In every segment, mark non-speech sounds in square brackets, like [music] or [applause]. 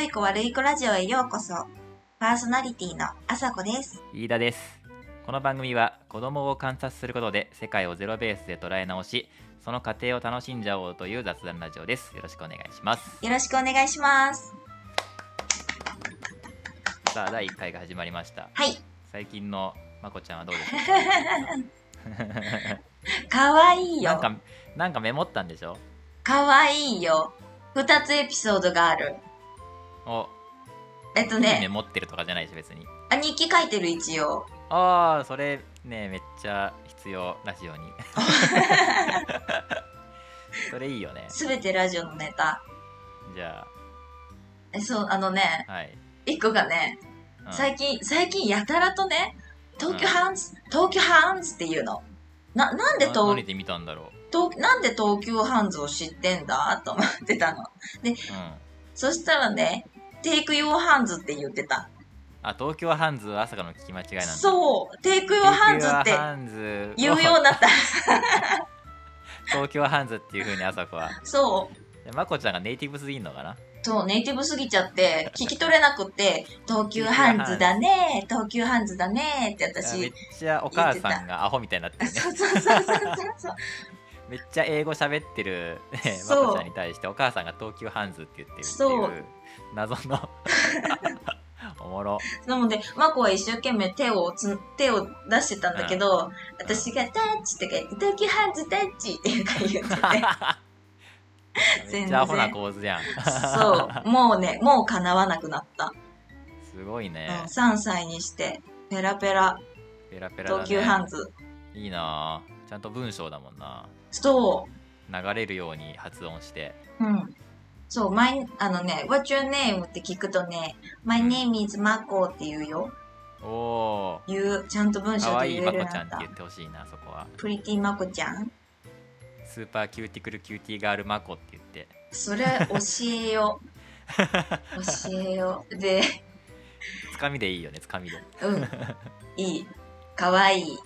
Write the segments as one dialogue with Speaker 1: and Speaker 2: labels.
Speaker 1: い子悪い子ラジオへようこそ。パーソナリティのあさこです。
Speaker 2: 飯田ですこの番組は子供を観察することで世界をゼロベースで捉え直しその過程を楽しんじゃおうという雑談ラジオですよろしくお願いします
Speaker 1: よろしくお願いします。
Speaker 2: さあ第1回が始まりました
Speaker 1: はい。
Speaker 2: 最近のまこちゃんはどうでしょ
Speaker 1: かわいいう
Speaker 2: かなん
Speaker 1: よ。
Speaker 2: かなんかメモったんでしょ
Speaker 1: かわいいよ。二つエピソードがある。
Speaker 2: お
Speaker 1: えっと
Speaker 2: メ
Speaker 1: ね、
Speaker 2: モってるとかじゃないし別に
Speaker 1: あ日記書いてる一応。
Speaker 2: ああそれねめっちゃ必要
Speaker 1: [laughs]
Speaker 2: ラジオにそれいいよね
Speaker 1: すべてラジオのネタ。
Speaker 2: じゃ
Speaker 1: えそう、あのね、
Speaker 2: あはい、
Speaker 1: 一個がね、
Speaker 2: うん
Speaker 1: 最近、最近やたらとね、東京ハンズ、東京ハンズっていうの。な、なんで
Speaker 2: な
Speaker 1: 東
Speaker 2: 何で見たんだろ
Speaker 1: 東なんで東急ハンズを知ってんだと思ってたの。
Speaker 2: う、うん、
Speaker 1: そしたらね、テイク用ハンズって言ってた。
Speaker 2: あ東京ハンズは朝かの聞き間違いなんだ
Speaker 1: そう、テイク用ハンズって
Speaker 2: 東京
Speaker 1: 言
Speaker 2: ハン
Speaker 1: う
Speaker 2: ズ
Speaker 1: ようになった。
Speaker 2: [laughs] 東京ハンズっていうふうにあさこは
Speaker 1: そう、
Speaker 2: でまこちゃんがネイティブすぎんのかな
Speaker 1: そう、ネイティブすぎちゃって、聞き取れなくて、東急ハンズだね、東急ハンズだねって
Speaker 2: めっ
Speaker 1: 私、
Speaker 2: ちゃお母さんがアホみたいになってるね
Speaker 1: そうそうそうそうそう。
Speaker 2: めっちゃ英語喋ってる、ね、ま
Speaker 1: そう
Speaker 2: こちゃんに対してお母さんが東急ハンズって言ってるって
Speaker 1: そ
Speaker 2: いうう謎
Speaker 1: [laughs]
Speaker 2: のおもろ
Speaker 1: なので、マコは一生懸命手をつ、手を出してたんだけど、私がタッチって言って、東急ハンズタッチって言って言って
Speaker 2: [laughs]
Speaker 1: て。
Speaker 2: めっちゃアホな構図
Speaker 1: [laughs]
Speaker 2: やん
Speaker 1: そう、もうね、もう叶わなくなった。
Speaker 2: すごいね
Speaker 1: うん、3歳にして、ペラペラ、
Speaker 2: ペラペラだ、ね、
Speaker 1: 東急ハンズ。
Speaker 2: いいなあちゃんと文章だもんな
Speaker 1: そ
Speaker 2: 流れるように発音して
Speaker 1: う、うん。そう、マイ、あのね、What's your name? って聞くとね、My name is Mako って言うよ。
Speaker 2: おお
Speaker 1: 言う、ちゃんと文章
Speaker 2: 可
Speaker 1: で
Speaker 2: 愛い
Speaker 1: 言え
Speaker 2: ま
Speaker 1: るよう
Speaker 2: こ
Speaker 1: に
Speaker 2: ちゃ
Speaker 1: なん
Speaker 2: っ
Speaker 1: ってた
Speaker 2: 言。ってほしいなそこは
Speaker 1: プリティマコちゃん
Speaker 2: スーパーキューティクルキューティーガールまこって言って
Speaker 1: それ教えよ
Speaker 2: [laughs]
Speaker 1: う。教えよう。で、
Speaker 2: つかみでいいよねつかみでね
Speaker 1: うん。いい。かわいい。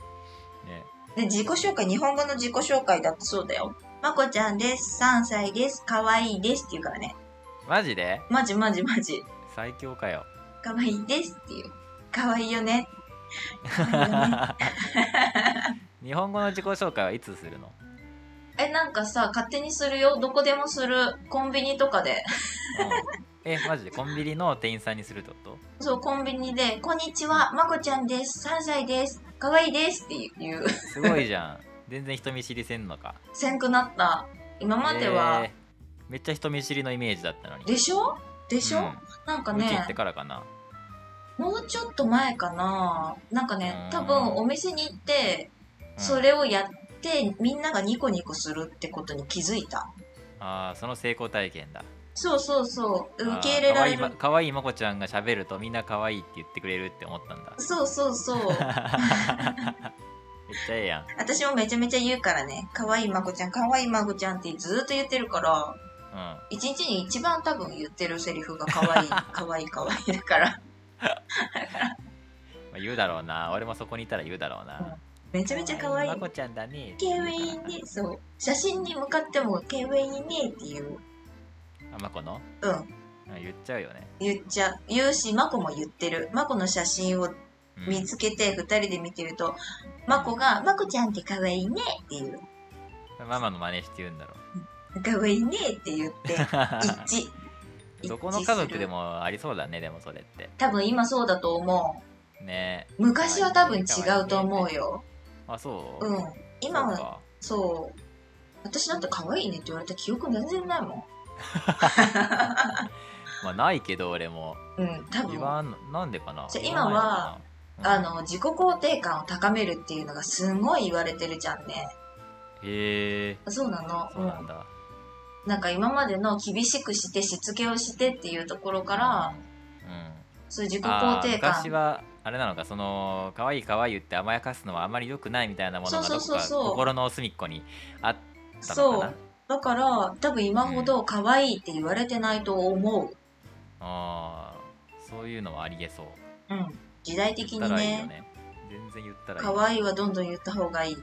Speaker 1: で、自己紹介、日本語の自己紹介だってそうだよ。まこちゃんです。3歳です。かわいいです。って言うからね。
Speaker 2: マジで
Speaker 1: まじまじまじ。
Speaker 2: 最強か
Speaker 1: [laughs]
Speaker 2: よ
Speaker 1: かわいいですっていう。かわいいよ
Speaker 2: [laughs]
Speaker 1: ね。かわいいよね
Speaker 2: 日本語の自己紹介はいつするの
Speaker 1: え、なんかさ、勝手にするよ。どこでもする。コンビニとかで。 [laughs]
Speaker 2: うんえマジでコンビニの店員さんにするってこと
Speaker 1: そう、コンビニで、こんにちは、まこちゃんです。3歳です。かわいいですっていう。 [laughs]
Speaker 2: すごいじゃん全然人見知りせんのか
Speaker 1: せんくなった。今までは
Speaker 2: え。ーめっちゃ人見知りのイメージだったのに
Speaker 1: でしょで
Speaker 2: で
Speaker 1: しょ、なんか
Speaker 2: うち行っ
Speaker 1: ね
Speaker 2: て、からかな
Speaker 1: もうちょっと前かな。なんかね、
Speaker 2: うん
Speaker 1: 多分お店に行って、
Speaker 2: うん
Speaker 1: それをやって、みんながニコニコするってことに気づいた。
Speaker 2: あーその成功体験だ
Speaker 1: そうそうそう。受け入
Speaker 2: あ
Speaker 1: れ
Speaker 2: ー
Speaker 1: られる。
Speaker 2: かわいいまかわいいまこちゃんが喋るとみんな可愛いって言ってくれるって思ったんだ
Speaker 1: そうそうそう。
Speaker 2: めっちゃええやん。
Speaker 1: 私もめちゃめちゃ言うからね、可愛いまこちゃん、可愛いまこちゃんってずーっと言ってるから、
Speaker 2: うん。
Speaker 1: 一日に一番多分言ってるセリフが可
Speaker 2: [laughs]
Speaker 1: 愛い、可愛い可愛いだから、
Speaker 2: まあ、言うだろうな。俺もそこにいたら言うだろうな。
Speaker 1: めちゃめちゃ可愛い
Speaker 2: ま。こちゃんだね。
Speaker 1: ケウェイね、そう。写真に向かっても、ケウェイねっていう、
Speaker 2: あ、まこの
Speaker 1: うん、
Speaker 2: うん言っちゃうよね。
Speaker 1: 言っちゃう、言うし、まこも言ってる。まこの写真を
Speaker 2: うん
Speaker 1: 見つけて、二人で見てると、まこが、まこちゃんって可愛いねっていう、
Speaker 2: ママの真似して言うんだろ
Speaker 1: 可愛いねって言って、
Speaker 2: [laughs] う。
Speaker 1: 一致。
Speaker 2: どこの家族でもありそうだね、でもそれって。
Speaker 1: 多分今そうだと思
Speaker 2: ね
Speaker 1: う。昔は多分違うと思うよ。
Speaker 2: あ、そう
Speaker 1: うん。今
Speaker 2: そう
Speaker 1: は、
Speaker 2: か
Speaker 1: そう。私だって可愛いねって言われた記憶全然ないもん。
Speaker 2: まあ、ないけど俺も。
Speaker 1: うん、多
Speaker 2: 言
Speaker 1: 分、
Speaker 2: わん、なんでかな。
Speaker 1: じゃあ今は
Speaker 2: 言わ
Speaker 1: あ
Speaker 2: ないのかな、
Speaker 1: の、自己肯定感を高めるっていうのがすごい言われてるじゃんね。
Speaker 2: うんへえ。
Speaker 1: そうなの。
Speaker 2: そうなんだ。
Speaker 1: うんなんか今までの厳しくして、しつけをしてっていうところから、
Speaker 2: うん、うん。
Speaker 1: そういう自己
Speaker 2: あ
Speaker 1: 肯
Speaker 2: ー
Speaker 1: 定
Speaker 2: 昔
Speaker 1: 感。
Speaker 2: はあれなのかその可愛い可愛い言って甘やかすのはあまり良くないみたいなものが
Speaker 1: そ
Speaker 2: ど
Speaker 1: う
Speaker 2: こ
Speaker 1: そうそう
Speaker 2: か
Speaker 1: そう
Speaker 2: 心の隅っこにあったの
Speaker 1: そ
Speaker 2: かな
Speaker 1: う。だから、多分今ほど可愛いって言われてないと思う。
Speaker 2: あーそういうのはありえそう
Speaker 1: うん。時代的
Speaker 2: 言
Speaker 1: に
Speaker 2: ったらいいよ
Speaker 1: ね、
Speaker 2: ね全然言ったらいい
Speaker 1: 可愛いはどんどん言った方がいい。
Speaker 2: うん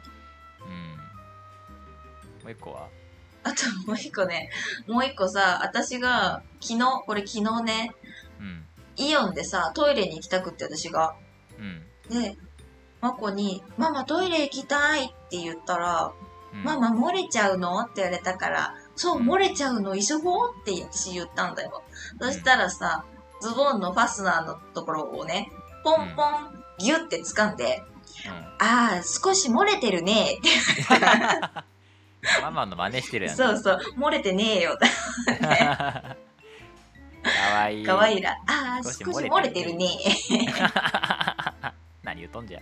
Speaker 2: もう一個は
Speaker 1: [laughs] あともう一個ね、もう一個さ、私が昨日、これ昨日ね、
Speaker 2: うん
Speaker 1: イオンでさ、トイレに行きたくって私が。
Speaker 2: うん
Speaker 1: で、マコに、ママトイレ行きたいって言ったら、
Speaker 2: うん [laughs]
Speaker 1: ママ漏れちゃうのって言われたから、そう、
Speaker 2: うん
Speaker 1: 漏れちゃうの急ごうって私言ったんだよ。そしたらさ、ズボンのファスナーのところをね、ポンポン、ギュって掴んで、
Speaker 2: うん
Speaker 1: あー、少し漏れてるねって。
Speaker 2: ママの真似してるやん
Speaker 1: そうそう、漏れてねえよ。
Speaker 2: かわいい
Speaker 1: かわいいな。あー、少
Speaker 2: 少し
Speaker 1: し
Speaker 2: 漏
Speaker 1: 漏れ
Speaker 2: れて
Speaker 1: て
Speaker 2: る
Speaker 1: るね。
Speaker 2: [laughs] 何言う
Speaker 1: [laughs]
Speaker 2: とんじゃ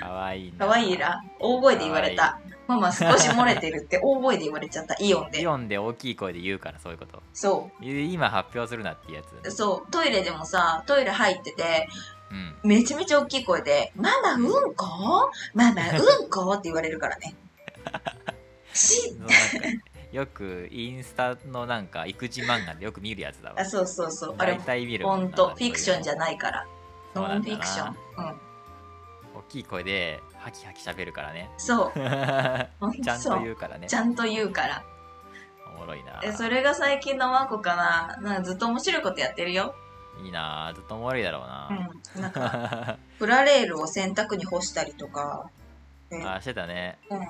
Speaker 2: かわいいな
Speaker 1: かわいいな。大声で言われ
Speaker 2: か
Speaker 1: た。ママ少し漏れてるって [laughs] 大声で言われちゃった。イオン
Speaker 2: イ
Speaker 1: で。
Speaker 2: オンで大きい声で言うからそういうこと
Speaker 1: そ
Speaker 2: 今発表するなっていうや
Speaker 1: う。
Speaker 2: つ
Speaker 1: そう。トイレでもさ、トイレ入ってて、
Speaker 2: うん
Speaker 1: めちゃめちゃ大きい声で、ママうんこママうんこって言われるから
Speaker 2: [laughs]
Speaker 1: ね。し
Speaker 2: そう、なん
Speaker 1: [laughs]
Speaker 2: かよくインスタのなんか育児漫画でよく見るやつだわ
Speaker 1: あ、そうそうそう。あれ
Speaker 2: 大、体見る
Speaker 1: ほんと、フィクションじ
Speaker 2: ゃ
Speaker 1: ゃないから。
Speaker 2: そう
Speaker 1: ノ
Speaker 2: な
Speaker 1: ン
Speaker 2: んだ
Speaker 1: フ
Speaker 2: な
Speaker 1: ィクション。うん。
Speaker 2: 大きい声でハキハキ喋
Speaker 1: [laughs]
Speaker 2: るからね
Speaker 1: そう。ほん
Speaker 2: ち
Speaker 1: と
Speaker 2: ゃん
Speaker 1: そ
Speaker 2: と
Speaker 1: う。
Speaker 2: 言うからね
Speaker 1: ちゃんと言うから。
Speaker 2: おもろいな
Speaker 1: え、それが最近のマコかな。なんかずっと面白いことやってるよ。
Speaker 2: いいなずっとおもろいだろうな、
Speaker 1: うん。なんか、プラレールを洗濯に干したりとか、え
Speaker 2: [laughs] あしてたね
Speaker 1: うん、
Speaker 2: うん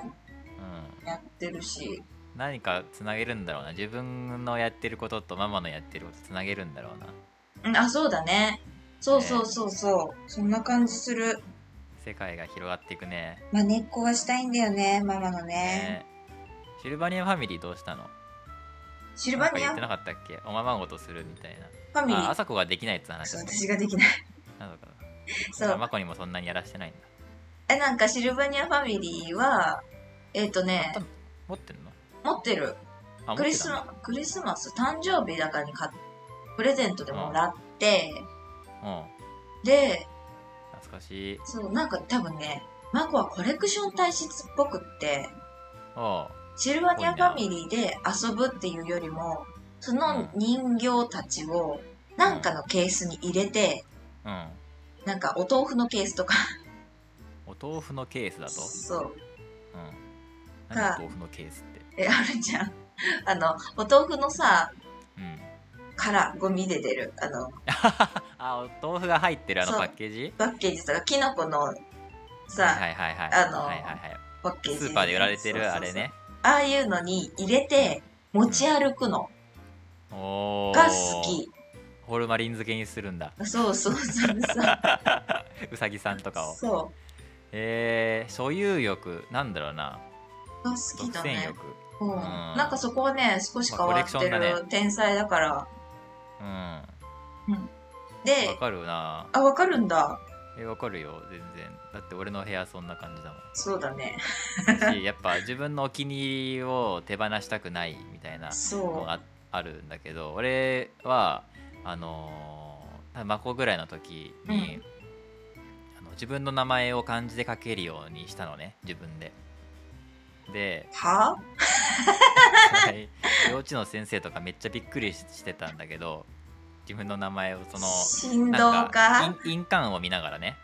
Speaker 1: やってるし、
Speaker 2: 何かつなげるんだろうな自分のやってることとママのやってることつなげるんだろうな
Speaker 1: うん、あ、そうだね。そうそうそうそう。そんな感じする。
Speaker 2: 世界が広がっていくね
Speaker 1: まねっこはしたいんだよね、ママのね。
Speaker 2: ねシルバニアファミリーどうしたの
Speaker 1: シルバニ
Speaker 2: な
Speaker 1: ア
Speaker 2: んか言っ
Speaker 1: フ
Speaker 2: てなかったっけおままごとするみたいな
Speaker 1: ァミリ
Speaker 2: あ
Speaker 1: ー。
Speaker 2: 朝子ができないって話
Speaker 1: そ
Speaker 2: だ
Speaker 1: う
Speaker 2: った
Speaker 1: 私ができない。 [laughs]
Speaker 2: なのかな
Speaker 1: そ
Speaker 2: じゃあ
Speaker 1: う。
Speaker 2: まこにもそんなにやらしてないんだ
Speaker 1: え、なんかシルバニアファミリーは、えっ、とね、
Speaker 2: 持ってんの
Speaker 1: 持ってる。
Speaker 2: あ
Speaker 1: クリス
Speaker 2: 持って
Speaker 1: マクリスマス、誕生日だからに買っプレゼントでもらって、
Speaker 2: たの
Speaker 1: で、
Speaker 2: うん懐かしい
Speaker 1: そう、なんか多分ね、マコはコレクション体質っぽくって、
Speaker 2: おう
Speaker 1: シルバニアファミリーで遊ぶっていうよりも、その人形たちをなんかのケースに入れて、
Speaker 2: うん
Speaker 1: なんかお豆腐のケースとか、
Speaker 2: お豆腐のケースだと
Speaker 1: そう、
Speaker 2: うん
Speaker 1: か
Speaker 2: 何お豆腐のケースって
Speaker 1: え、あるじゃん。あの、お豆腐のさ、
Speaker 2: うん [laughs]
Speaker 1: からゴミで出る、あの、
Speaker 2: あお豆腐が入ってるあの
Speaker 1: そう
Speaker 2: パッケージ
Speaker 1: パッケージとか、キノコの
Speaker 2: は
Speaker 1: さ、
Speaker 2: いはいはい
Speaker 1: あの
Speaker 2: はいはいはい
Speaker 1: パッケージ。
Speaker 2: スーパーで売られて
Speaker 1: そう
Speaker 2: る
Speaker 1: そう
Speaker 2: あ
Speaker 1: そう
Speaker 2: れ。ね
Speaker 1: ああいうのに入れて、持ち歩くの
Speaker 2: おお
Speaker 1: が好き。
Speaker 2: ホルマリン漬けにするんだ
Speaker 1: そうそうそう
Speaker 2: うさぎさんとか
Speaker 1: そ
Speaker 2: を
Speaker 1: う。そ
Speaker 2: えー、所有欲なんだろうな
Speaker 1: う。が好き
Speaker 2: 独
Speaker 1: だ
Speaker 2: 占
Speaker 1: ね。
Speaker 2: 欲
Speaker 1: うん、
Speaker 2: ん
Speaker 1: なんかそこはね少し変
Speaker 2: まあコ
Speaker 1: わ
Speaker 2: レクシ
Speaker 1: っ
Speaker 2: ョ
Speaker 1: て
Speaker 2: ンだね
Speaker 1: る天才だから
Speaker 2: うんわ
Speaker 1: で
Speaker 2: かるな
Speaker 1: あわかるんだ
Speaker 2: えわかるよ全然だって俺の部屋そんな感じだもん
Speaker 1: そうだね
Speaker 2: しやっぱ自分のお気に入りを手放したくないみたいなの
Speaker 1: そ
Speaker 2: がああるんだけど俺はあのー、多分マコぐらいの時に、あの自分の名前を漢字で書けるようにしたのね自分でで
Speaker 1: うは
Speaker 2: はい幼稚の先生とかめっちゃびっくりししてたんだけど自分の名前をその
Speaker 1: 振動
Speaker 2: なん
Speaker 1: か
Speaker 2: 印印鑑を見ながらね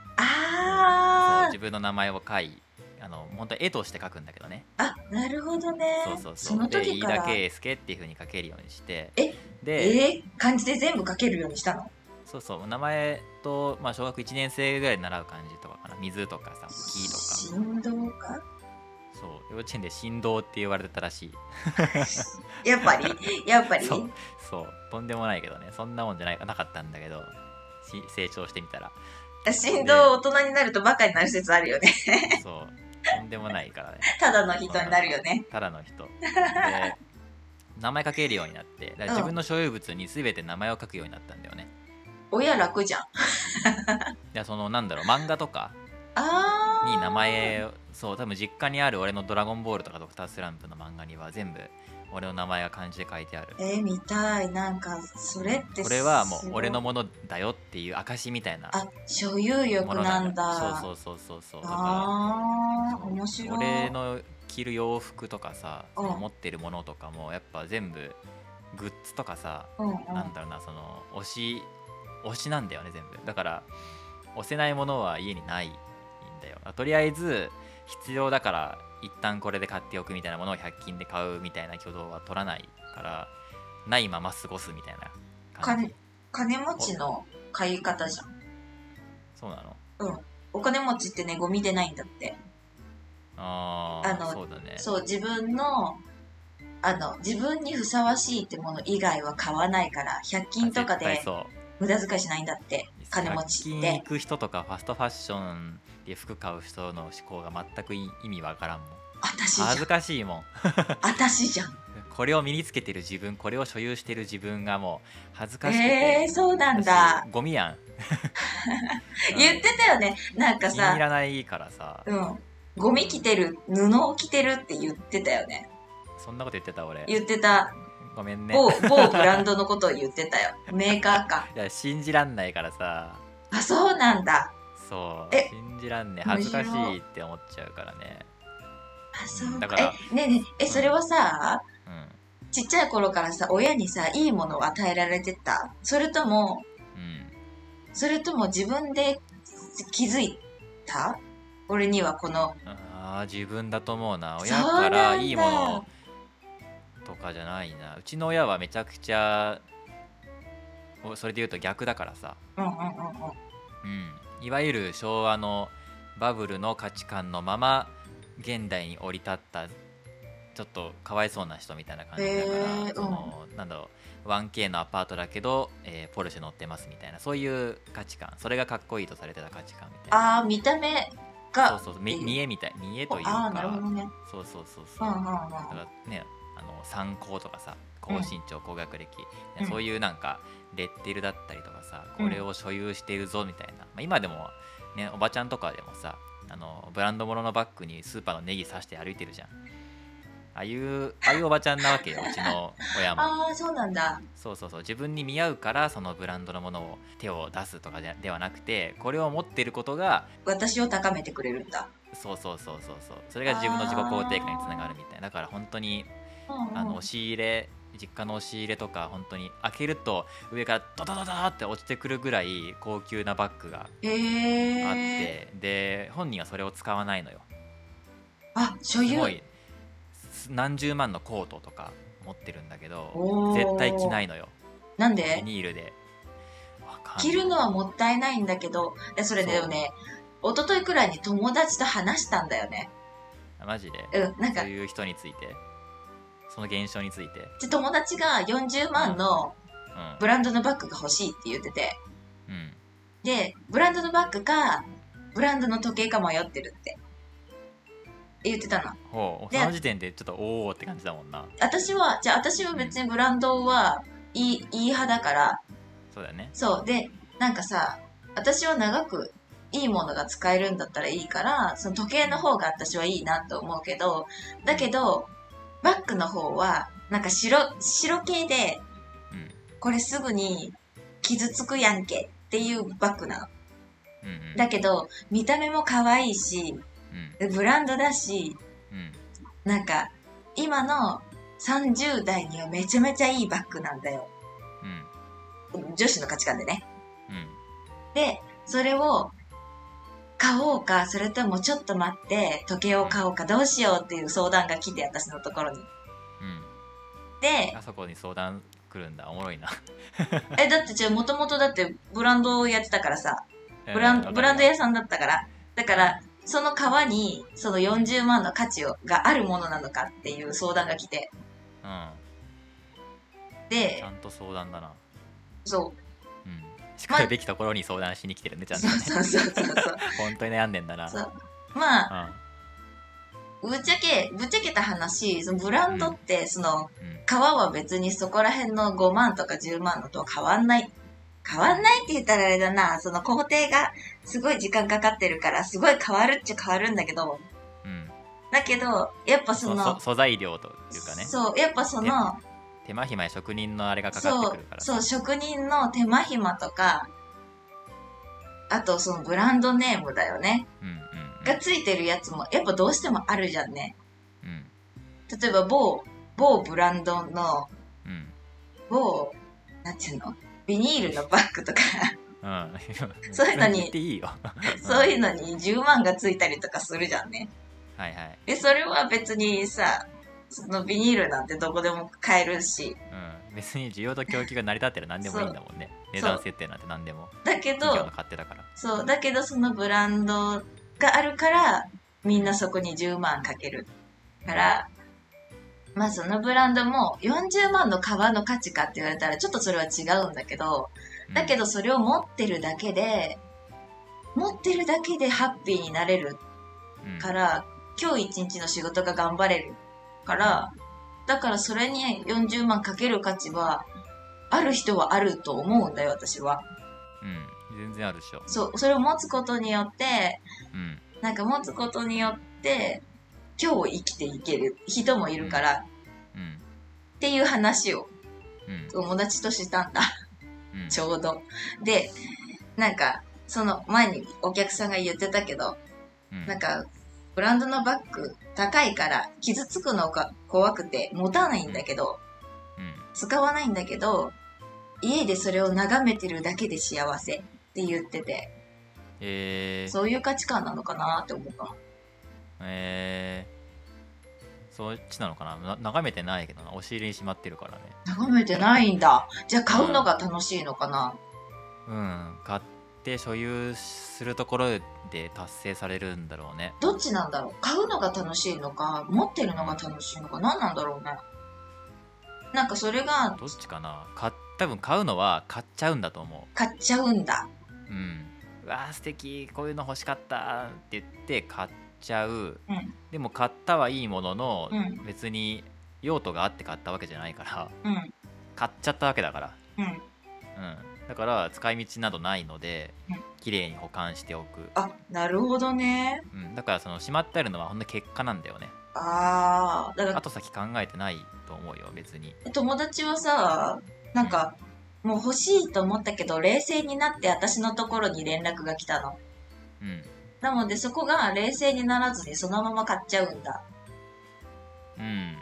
Speaker 2: そう
Speaker 1: あー
Speaker 2: 自分の名前を書いあの本当は絵として書くんだけどね
Speaker 1: あなるほどね
Speaker 2: そうそうそう。
Speaker 1: の
Speaker 2: で、
Speaker 1: 時
Speaker 2: 飯
Speaker 1: か
Speaker 2: 田
Speaker 1: ら
Speaker 2: 圭介っていう風に書けるようにして。
Speaker 1: え
Speaker 2: で、
Speaker 1: えー、漢字で全部書けるようにしたの
Speaker 2: そうそう、名前と、まあ、小学1年生ぐらいで習う感じとかかな。水とかさ、木とか。
Speaker 1: 振動か
Speaker 2: そう。幼稚園で振動って言われてたらしい。
Speaker 1: やっぱ
Speaker 2: [laughs]
Speaker 1: りやっぱり
Speaker 2: そう。そう。とんでもないけどね。そんなもんじゃないなかったんだけど、し成長してみたら。
Speaker 1: 振動大人になるとバカになる説あるよね
Speaker 2: そう。とんでもないからね。
Speaker 1: ただの人になるよね
Speaker 2: ただの人。で、名前書けるようになって、だから自分の所有物に全て名前を書くようになったんだよね。
Speaker 1: 親楽じゃん
Speaker 2: いや、その、なんだろう、漫画とか。
Speaker 1: あー
Speaker 2: に名前をそう多分実家にある俺の「ドラゴンボール」とか「ドクタースランプ」の漫画には全部俺の名前が漢字で書いてある
Speaker 1: えー、見たいなんかそれって
Speaker 2: これはも
Speaker 1: す
Speaker 2: う
Speaker 1: ごい
Speaker 2: 俺のものだよっていう証みたいな
Speaker 1: あ、所有欲
Speaker 2: もの
Speaker 1: なんだ。
Speaker 2: そうそうそうそうそうだ
Speaker 1: あ
Speaker 2: から
Speaker 1: あ、
Speaker 2: そう
Speaker 1: 面白い。
Speaker 2: 俺の着る洋服とかさその
Speaker 1: うん
Speaker 2: 持ってるものとかもやっぱ全部グッズとかさ
Speaker 1: うんうん、
Speaker 2: なんだろうなその推し推しなんだよね全部だから押せないものは家にないんだよとりあえず必要だから一旦これで買っておくみたいなものを100均で買うみたいな挙動は取らないからないまま過ごすみたいな感じ
Speaker 1: 金持ちの買い方じゃん。
Speaker 2: そうなの
Speaker 1: お金持ちってね、ゴミ出ないんだって。
Speaker 2: あ
Speaker 1: あ
Speaker 2: あ
Speaker 1: の
Speaker 2: そうだね
Speaker 1: そう、自分の、あの、自分にふさわしいってもの以外は買わないから、100均とか
Speaker 2: あ絶対
Speaker 1: で
Speaker 2: そう
Speaker 1: 無駄遣いしないんだって、金持
Speaker 2: 100
Speaker 1: ちっ
Speaker 2: 均行
Speaker 1: て。
Speaker 2: く人とかファストファッションで服買う人の思考が全くい意味わからんもん
Speaker 1: 私じゃん
Speaker 2: 恥ず。かしいもん [laughs]
Speaker 1: 私じゃん。
Speaker 2: これを身につけてる自分これを所有してる自分がもう恥ずかしくて、
Speaker 1: えー、そうなんだ。
Speaker 2: ゴミ
Speaker 1: [laughs]
Speaker 2: やんうん
Speaker 1: 言ってたよね。なんか
Speaker 2: 気に入
Speaker 1: さ、
Speaker 2: らないからさ
Speaker 1: うん。ゴミ着てる、布を着てるって言ってたよね。
Speaker 2: そんなこと言ってた俺
Speaker 1: 言ってた。
Speaker 2: ごめんね
Speaker 1: 某、某ブランドのことを言ってた
Speaker 2: [laughs]
Speaker 1: よ。メーカーか。
Speaker 2: いや信じらんないからさ
Speaker 1: あ、そうなんだ。
Speaker 2: そう
Speaker 1: え
Speaker 2: 信じらんね
Speaker 1: む
Speaker 2: 恥ず
Speaker 1: しろ
Speaker 2: かしいって思っちゃうからね
Speaker 1: あ、そう
Speaker 2: だ
Speaker 1: か。
Speaker 2: から
Speaker 1: え、ねえねえ、え、それはさ、
Speaker 2: う
Speaker 1: ちっちゃい頃からさ、親にさ、いいものを与えられてたそれとも、
Speaker 2: んうん
Speaker 1: それとも自分で気づいた俺にはこの、
Speaker 2: あー自分だと思うな
Speaker 1: そう
Speaker 2: 親
Speaker 1: なんだ
Speaker 2: からいいものとかじゃないなうちの親はめちゃくちゃおそれで言うと逆だからさ、
Speaker 1: うんうんうんうん。
Speaker 2: うん、いわゆる昭和のバブルの価値観のまま現代に降り立ったちょっとかわいそうな人みたいな感じだから、
Speaker 1: へー
Speaker 2: そのなんだろう 1K のアパートだけど、えーポルシェ乗ってますみたいなそういう価値観それがかっこいいとされてた価値観みたいな
Speaker 1: ああ、見た目
Speaker 2: そう
Speaker 1: が、
Speaker 2: そうみ
Speaker 1: っていう
Speaker 2: 見えみたい見えという
Speaker 1: ああー、なる
Speaker 2: か
Speaker 1: ほどね。
Speaker 2: そうそうそうそうう、
Speaker 1: んうんう
Speaker 2: だか
Speaker 1: ん。
Speaker 2: らねあの参考とかさ高身長、高学歴、
Speaker 1: うん
Speaker 2: そういうなんかレッテルだったりとかさ
Speaker 1: うん
Speaker 2: これを所有しているぞみたいな、まあ、今でもねおばちゃんとかでもさあのブランド物のバッグにスーパーのネギ刺して歩いてるじゃんああいうああいうおばちゃんなわけ
Speaker 1: [laughs]
Speaker 2: ようちの親も
Speaker 1: ああ、そうなんだ。
Speaker 2: そうそうそう自分に見合うからそのブランドのものを手を出すとかじゃではなくてこれを持ってることが
Speaker 1: 私を高めてくれるんだ。
Speaker 2: そうそうそうそうそうそれが自分の自己肯定感につながるみたいなだから本当に
Speaker 1: うんうん
Speaker 2: あの押し入れ実家の押し入れとか本当に開けると上からドドドドって落ちてくるぐらい高級なバッグがあっ
Speaker 1: へ
Speaker 2: て、
Speaker 1: え。
Speaker 2: で本人はそれを使わないのよ
Speaker 1: あ、所
Speaker 2: す
Speaker 1: 有
Speaker 2: ご。いす何十万のコートとか持ってるんだけ
Speaker 1: お
Speaker 2: ど
Speaker 1: ー
Speaker 2: 絶対着ないのよ
Speaker 1: なん
Speaker 2: ビ
Speaker 1: で
Speaker 2: ニールでわかんない
Speaker 1: 着るのはもったいないんだけど、えそれでもね、一昨日くらいに友達と話したんだよね。
Speaker 2: あマジで
Speaker 1: うん、なんか
Speaker 2: そう、いう人についてその現象について
Speaker 1: で友達が40万の
Speaker 2: うん
Speaker 1: ブランドのバッグが欲しいって言ってて
Speaker 2: うん
Speaker 1: でブランドのバッグかブランドの時計か迷ってるって言ってたの
Speaker 2: ほう
Speaker 1: で
Speaker 2: その時点でちょっとおおって感じだもんな
Speaker 1: 私はじゃあ私は別にブランドはいいいい派だから
Speaker 2: そうだよね
Speaker 1: そうでなんかさ私は長くいいものが使えるんだったらいいからその時計の方が私はいいなと思うけどだけどバッグの方はなんか白白系で
Speaker 2: うん
Speaker 1: これすぐに傷つくやんけっていうバッグなの。
Speaker 2: うんうん
Speaker 1: だけど、見た目も可愛いし、
Speaker 2: うん
Speaker 1: ブランドだし、
Speaker 2: うん
Speaker 1: なんか、今の30代にはめちゃめちゃいいバッグなんだよ。
Speaker 2: うん
Speaker 1: 女子の価値観でね。
Speaker 2: うん
Speaker 1: で、それを買おうか、それともちょっと待って、時計を買おうか、どうしようっていう相談が来て、私のところに。
Speaker 2: う
Speaker 1: で
Speaker 2: [laughs] ん、、あそこに相談来るんだおもろいな
Speaker 1: え、だってじゃあもともとだってブランドをやってたからさ、 [laughs] ブランブランド
Speaker 2: や
Speaker 1: 屋さんだったから。だから、その革に、その40万の価値をがあるものなのかっていう相談が来て。
Speaker 2: うんち
Speaker 1: で
Speaker 2: ゃ、んと相談だな
Speaker 1: そ
Speaker 2: うんしかるべきところに相談しに来てるねち
Speaker 1: う、
Speaker 2: ゃん
Speaker 1: そ
Speaker 2: と
Speaker 1: う
Speaker 2: ね
Speaker 1: そうそうそうそう。
Speaker 2: 本当に悩んでんだな
Speaker 1: そうまあ、
Speaker 2: う
Speaker 1: ぶっちゃけ、ぶっちゃけた話、そのブランドって、その、
Speaker 2: んうん
Speaker 1: 革は別にそこら辺の5万とか10万のとは変わんない。変わんないって言ったらあれだな、その工程がすごい時間かかってるから、すごい変わるっちゃ変わるんだけど、
Speaker 2: うん
Speaker 1: だけど、やっぱそ
Speaker 2: そ
Speaker 1: の、
Speaker 2: そ素材料というかね
Speaker 1: そう、やっぱそ
Speaker 2: ね
Speaker 1: の、
Speaker 2: 手間暇や職人のあれがかかっ
Speaker 1: そ
Speaker 2: て
Speaker 1: う
Speaker 2: くるから
Speaker 1: そう職人の手間暇とかあとそのブランドネームだよね
Speaker 2: うんうん
Speaker 1: がついてるやつもやっぱどうしてもあるじゃんね
Speaker 2: うん
Speaker 1: 例えば某某ブランドの
Speaker 2: うん
Speaker 1: 某なんていうのビニールのバッグとか
Speaker 2: うん
Speaker 1: [laughs] そういうのに
Speaker 2: 言っていいよ
Speaker 1: そういうのに10万がついたりとかするじゃんね
Speaker 2: [laughs] はいはい
Speaker 1: えそれは別にさそのビニールなんてどこでも買えるし
Speaker 2: うん、別に需要と供給が成り立ってる何でもいいんだもんね値段設定なんて何でも
Speaker 1: だけど
Speaker 2: 企業の勝手だから
Speaker 1: そうだけどそのブランドがあるからみんなそこに10万かけるからまあそのブランドも40万の革の価値かって言われたらちょっとそれは違うんだけど
Speaker 2: うん
Speaker 1: だけどそれを持ってるだけで持ってるだけでハッピーになれる
Speaker 2: うん
Speaker 1: から今日一日の仕事が頑張れるからだからそれに40万かける価値はある人はあると思うんだよ私は
Speaker 2: うん、全然あるでしょ、
Speaker 1: そうそれを持つことによって
Speaker 2: うん、
Speaker 1: なんか持つことによって今日を生きていける人もいるから、
Speaker 2: うん
Speaker 1: っていう話を
Speaker 2: うん
Speaker 1: 友達としたんだ [laughs]
Speaker 2: うん
Speaker 1: ちょうど。でなんかその前にお客さんが言ってたけど
Speaker 2: うん
Speaker 1: なんかブランドのバッグ高いから傷つくのが怖くて持たないんだけど
Speaker 2: うん
Speaker 1: 使わないんだけど家でそれを眺めてるだけで幸せって言ってて
Speaker 2: えー、
Speaker 1: そういう価値観なのかなって思ったの
Speaker 2: えー、そっちなのかなな眺めてないけどなお尻にしまってるからね
Speaker 1: 眺めてないんだじゃあ買うのが楽しいのかな
Speaker 2: うん買って所有するところで達成されるんだろうね
Speaker 1: どっちなんだろう買うのが楽しいのか持ってるのが楽しいのか何なんだろうねなんかそれが
Speaker 2: どっちかな買多分買うのは買っちゃうんだと思
Speaker 1: 買っちゃうんだ
Speaker 2: ううんうわー素敵こういうの欲しかったって言って買っちゃう、
Speaker 1: うん
Speaker 2: でも買ったはいいものの、
Speaker 1: うん
Speaker 2: 別に用途があって買ったわけじゃないから
Speaker 1: うん
Speaker 2: 買っちゃったわけだから
Speaker 1: うん
Speaker 2: うん、だから使い道などないので
Speaker 1: うん
Speaker 2: 綺麗に保管しておく、
Speaker 1: あなるほどね
Speaker 2: うん、だからそのしまってあるのはほんの結果なんだよね
Speaker 1: ああだから
Speaker 2: 後先考えてないと思うよ別に
Speaker 1: 友達はさなんかもう欲しいと思ったけど冷静になって私のところに連絡が来たの
Speaker 2: うん
Speaker 1: なのでそこが冷静にならずにそのまま買っちゃうんだ
Speaker 2: うん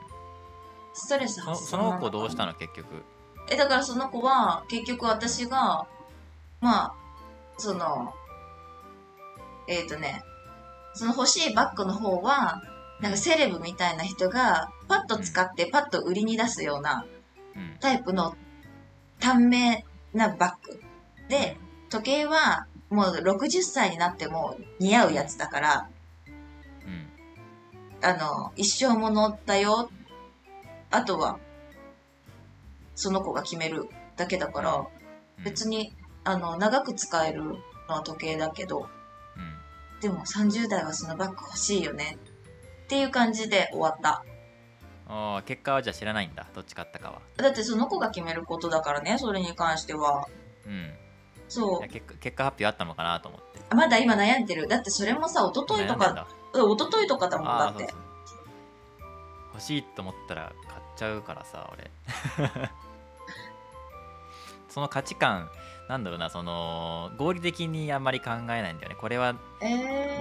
Speaker 1: ストレス
Speaker 2: そ
Speaker 1: 発
Speaker 2: そ
Speaker 1: 散な
Speaker 2: の
Speaker 1: か
Speaker 2: 子
Speaker 1: な
Speaker 2: どうしたの結局
Speaker 1: えだからその子は結局私がまあそのえっ、とねその欲しいバッグの方はなんかセレブみたいな人がパッと使ってパッと売りに出すような
Speaker 2: うん
Speaker 1: タイプの短命なバッグで時計はもう60歳になっても似合うやつだから
Speaker 2: うん
Speaker 1: あの一生ものだよあとはその子が決めるだけだから、
Speaker 2: うん
Speaker 1: 別にあの長く使えるのは時計だけど
Speaker 2: うん
Speaker 1: でも30代はそのバッグ欲しいよねっていう感じで終わった
Speaker 2: あー結果はじゃあ知らないんだどっち買ったかは
Speaker 1: だってその子が決めることだからねそれに関しては
Speaker 2: うん
Speaker 1: そ
Speaker 2: いや結果結果発表あったのかなと思って
Speaker 1: うまだ今悩んでるだってそれもさ一昨日
Speaker 2: 悩
Speaker 1: と
Speaker 2: んだ
Speaker 1: か
Speaker 2: んだ
Speaker 1: うん一昨日とかだもんだ
Speaker 2: あ
Speaker 1: っ
Speaker 2: ーそう
Speaker 1: て
Speaker 2: そう欲しいと思ったら買っちゃうからさ俺 [laughs] その価値観なんだろうなその合理的にあんまり考えないんだよねこれは
Speaker 1: えー、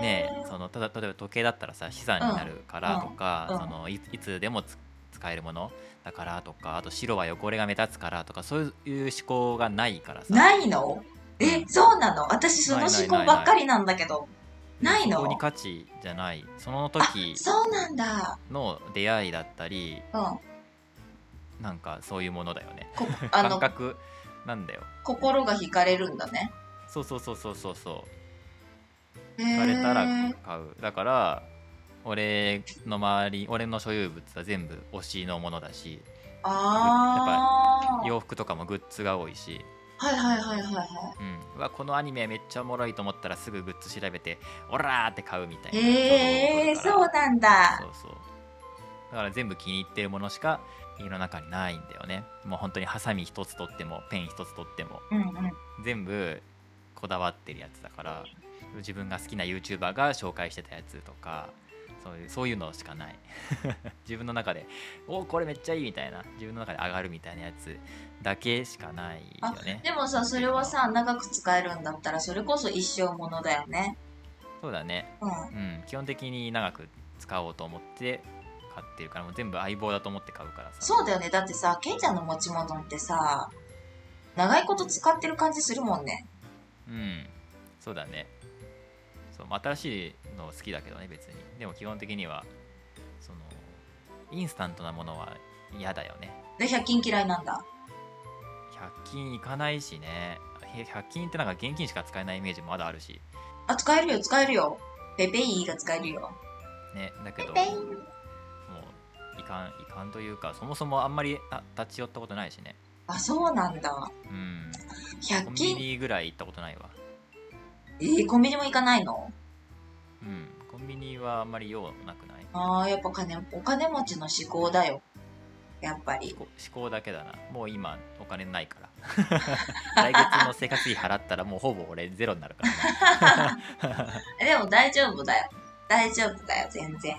Speaker 2: ね、そのただ例えば時計だったらさ資産になるからとか、
Speaker 1: うんうん
Speaker 2: そのいいつでもつ使えるものだからとかあと白は汚れが目立つからとかそういう思考がないからさ
Speaker 1: ないのえそうなの私その
Speaker 2: ない
Speaker 1: 思
Speaker 2: ない
Speaker 1: 考ばっかりなんだけどない
Speaker 2: そこ
Speaker 1: の
Speaker 2: に価値じゃないその
Speaker 1: あ
Speaker 2: 時
Speaker 1: そうなんだ
Speaker 2: の出会いだったり
Speaker 1: うん
Speaker 2: [laughs] なんかそういうものだよね
Speaker 1: こあ
Speaker 2: 感
Speaker 1: の
Speaker 2: 覚なんだよ
Speaker 1: 心が惹かれるんだね
Speaker 2: そうそうそうそうそうそう
Speaker 1: へ
Speaker 2: 聞かれたら
Speaker 1: ー
Speaker 2: 買うだから俺の周り俺の所有物は全部推しのものだし
Speaker 1: ああ
Speaker 2: 洋服とかもグッズが多いし、
Speaker 1: はいはいはいはいは
Speaker 2: うん、うわこのアニメめっちゃおもろいと思ったらすぐグッズ調べてオラーって買うみたい
Speaker 1: い
Speaker 2: な
Speaker 1: へえ
Speaker 2: 衝
Speaker 1: そう
Speaker 2: 動だか
Speaker 1: なん
Speaker 2: ら
Speaker 1: だ
Speaker 2: そうそうだから全部気に入ってるものしか家の中にないんだよねもう本当にハサミ一つ取ってもペン一つ取っても
Speaker 1: うんうん
Speaker 2: 全部こだわってるやつだから自分が好きな YouTuber が紹介してたやつとかそういうそういうのしかない [laughs] 自分の中でおこれめっちゃいいみたいな自分の中で上がるみたいなやつだけしかないよね
Speaker 1: でもさそれはさ長く使えるんだったらそれこそ一生ものだよね
Speaker 2: そうだね
Speaker 1: うん
Speaker 2: うん基本的に長く使おうと思って買ってるからもう全部相棒だと思って買うからさ
Speaker 1: そうだよねだってさケンちゃんの持ち物ってさ長いこと使ってる感じするもんね
Speaker 2: うんそうだねそうまあ新しいの好きだけどね別にでも基本的にはそのインスタントなものは嫌だよね
Speaker 1: で100均嫌いなんだ
Speaker 2: 100均いかないしねへ100均ってなんか現金しか使えないイメージもまだあるし
Speaker 1: あ使えるよ使えるよペペイが使えるよ
Speaker 2: ねだけ
Speaker 1: ペ
Speaker 2: ど
Speaker 1: ペイ
Speaker 2: もういかんいかんというかそもそもあんまりあ立ち寄ったことないしね
Speaker 1: あそうなんだ
Speaker 2: うん
Speaker 1: 100
Speaker 2: コンビ
Speaker 1: 均
Speaker 2: ニぐらい行ったことないわ
Speaker 1: えーコンビニも行かないの
Speaker 2: うんコンビニはあんまり用なくない
Speaker 1: あーやっぱ金お金持ちの思考だよやっぱり
Speaker 2: 思考思考だけだなもう今お金ないから [laughs] 来月の生活費払ったらもうほぼ俺ゼロになるからね
Speaker 1: えでも大丈夫だよ大丈夫だよ全然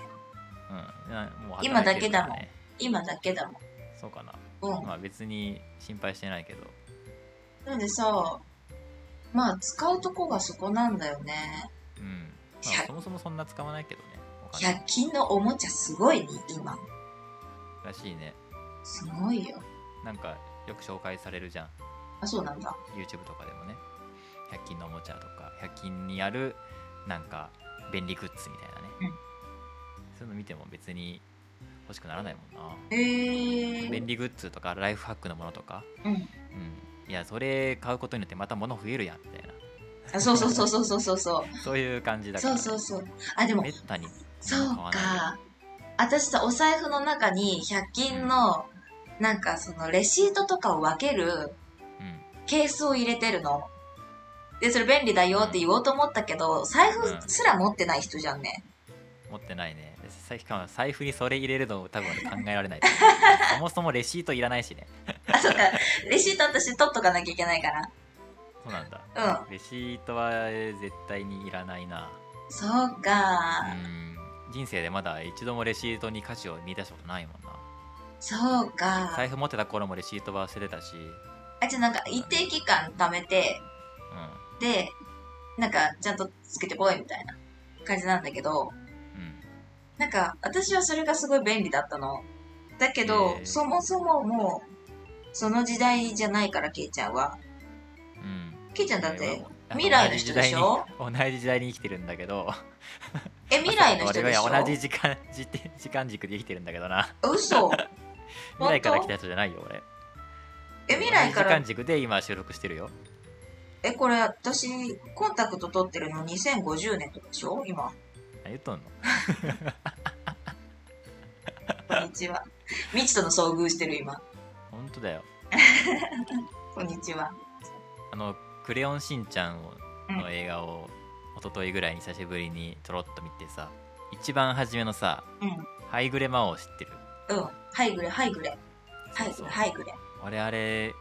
Speaker 2: うんなもう働いてるからね
Speaker 1: 今だけだもん今だけだもん
Speaker 2: そうかな
Speaker 1: うん
Speaker 2: まあ別に心配してないけど
Speaker 1: なんでさまあ使うとこがそこなんだよね
Speaker 2: うん、まあ、
Speaker 1: 100
Speaker 2: そもそもそんな使わないけどねお金
Speaker 1: 100均のおもちゃすごいね今
Speaker 2: らしいね
Speaker 1: すごいよ
Speaker 2: なんかよく紹介されるじゃん
Speaker 1: あそうなんだ
Speaker 2: YouTube とかでもね100均のおもちゃとか100均にあるなんか便利グッズみたいなね、
Speaker 1: うん
Speaker 2: そういうの見ても別に欲しくならないもんな
Speaker 1: へえ
Speaker 2: 便利グッズとかライフハックのものとか、
Speaker 1: うん
Speaker 2: うんいやそれ買うことによってまた物増えるやんみたい
Speaker 1: あそうそうそうそうそうそうそう
Speaker 2: なそういう感じだから
Speaker 1: そう
Speaker 2: ね、
Speaker 1: そうそうあでも
Speaker 2: めったに
Speaker 1: そう
Speaker 2: 買わな
Speaker 1: か私さお財布の中に100均のなんかそのレシートとかを分ける
Speaker 2: い、うん、
Speaker 1: ケースを入れてるのでそれ便利だよって言おうと思ったけど財布すら持ってない人じゃんね
Speaker 2: 持ってないねさしかも財布にそれ入れるの多分俺考えら
Speaker 1: [laughs]
Speaker 2: れないと思うそもそもレシートいらないしね
Speaker 1: あそうかレシート私取っとかなきゃいけないから
Speaker 2: そうなんだ
Speaker 1: うん
Speaker 2: レシートは絶対にいらないな
Speaker 1: そう
Speaker 2: う
Speaker 1: か
Speaker 2: ん人生でまだ一度もレシートに価値を見出したことないもんな
Speaker 1: そうか
Speaker 2: 財布持ってた頃もレシートは捨ててたし、う
Speaker 1: あじゃあなんか一定期間貯めて
Speaker 2: ん
Speaker 1: でなんかちゃんとつけてこいみたいな感じなんだけど
Speaker 2: うん、
Speaker 1: なんか私はそれがすごい便利だったの。だけど、
Speaker 2: へー
Speaker 1: そもそももうその時代じゃないからけいちゃんは。
Speaker 2: うん、
Speaker 1: けいちゃんだって
Speaker 2: あ
Speaker 1: 未来の人でしょ
Speaker 2: 同じ時代に同じ時代に生きてるんだけど
Speaker 1: え未来の人でしょ
Speaker 2: 俺は同じ時間時時間軸で生きてるんだけどな
Speaker 1: 嘘
Speaker 2: [laughs] 未来から来
Speaker 1: 本
Speaker 2: た人じゃないよ俺
Speaker 1: 当え未来か
Speaker 2: 同じ時間
Speaker 1: ら
Speaker 2: 軸で今収録してるよ
Speaker 1: えこれ私コンタクト取ってるの2050年とかでしょ今
Speaker 2: あ言っとんの
Speaker 1: こんにちは [laughs] 未知との遭遇してる今
Speaker 2: 本当だよ
Speaker 1: こんにちは
Speaker 2: あの「クレヨンしんちゃんを」
Speaker 1: うん
Speaker 2: の映画を一昨日ぐらいに久しぶりにちょろっと見てさ一番初めのさ
Speaker 1: うん
Speaker 2: 「ハイグレ魔王」知ってる
Speaker 1: うんはいぐれはいぐれは
Speaker 2: そう
Speaker 1: いぐ
Speaker 2: そう
Speaker 1: れはいぐれ
Speaker 2: 俺あれ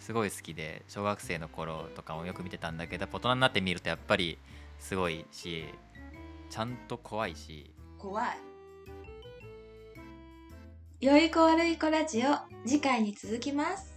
Speaker 2: すごい好きで小学生の頃とかもよく見てたんだけど大人になってみるとやっぱりすごいしちゃんと怖いし
Speaker 1: 怖い
Speaker 3: 良い子悪い子ラジオ次回に続きます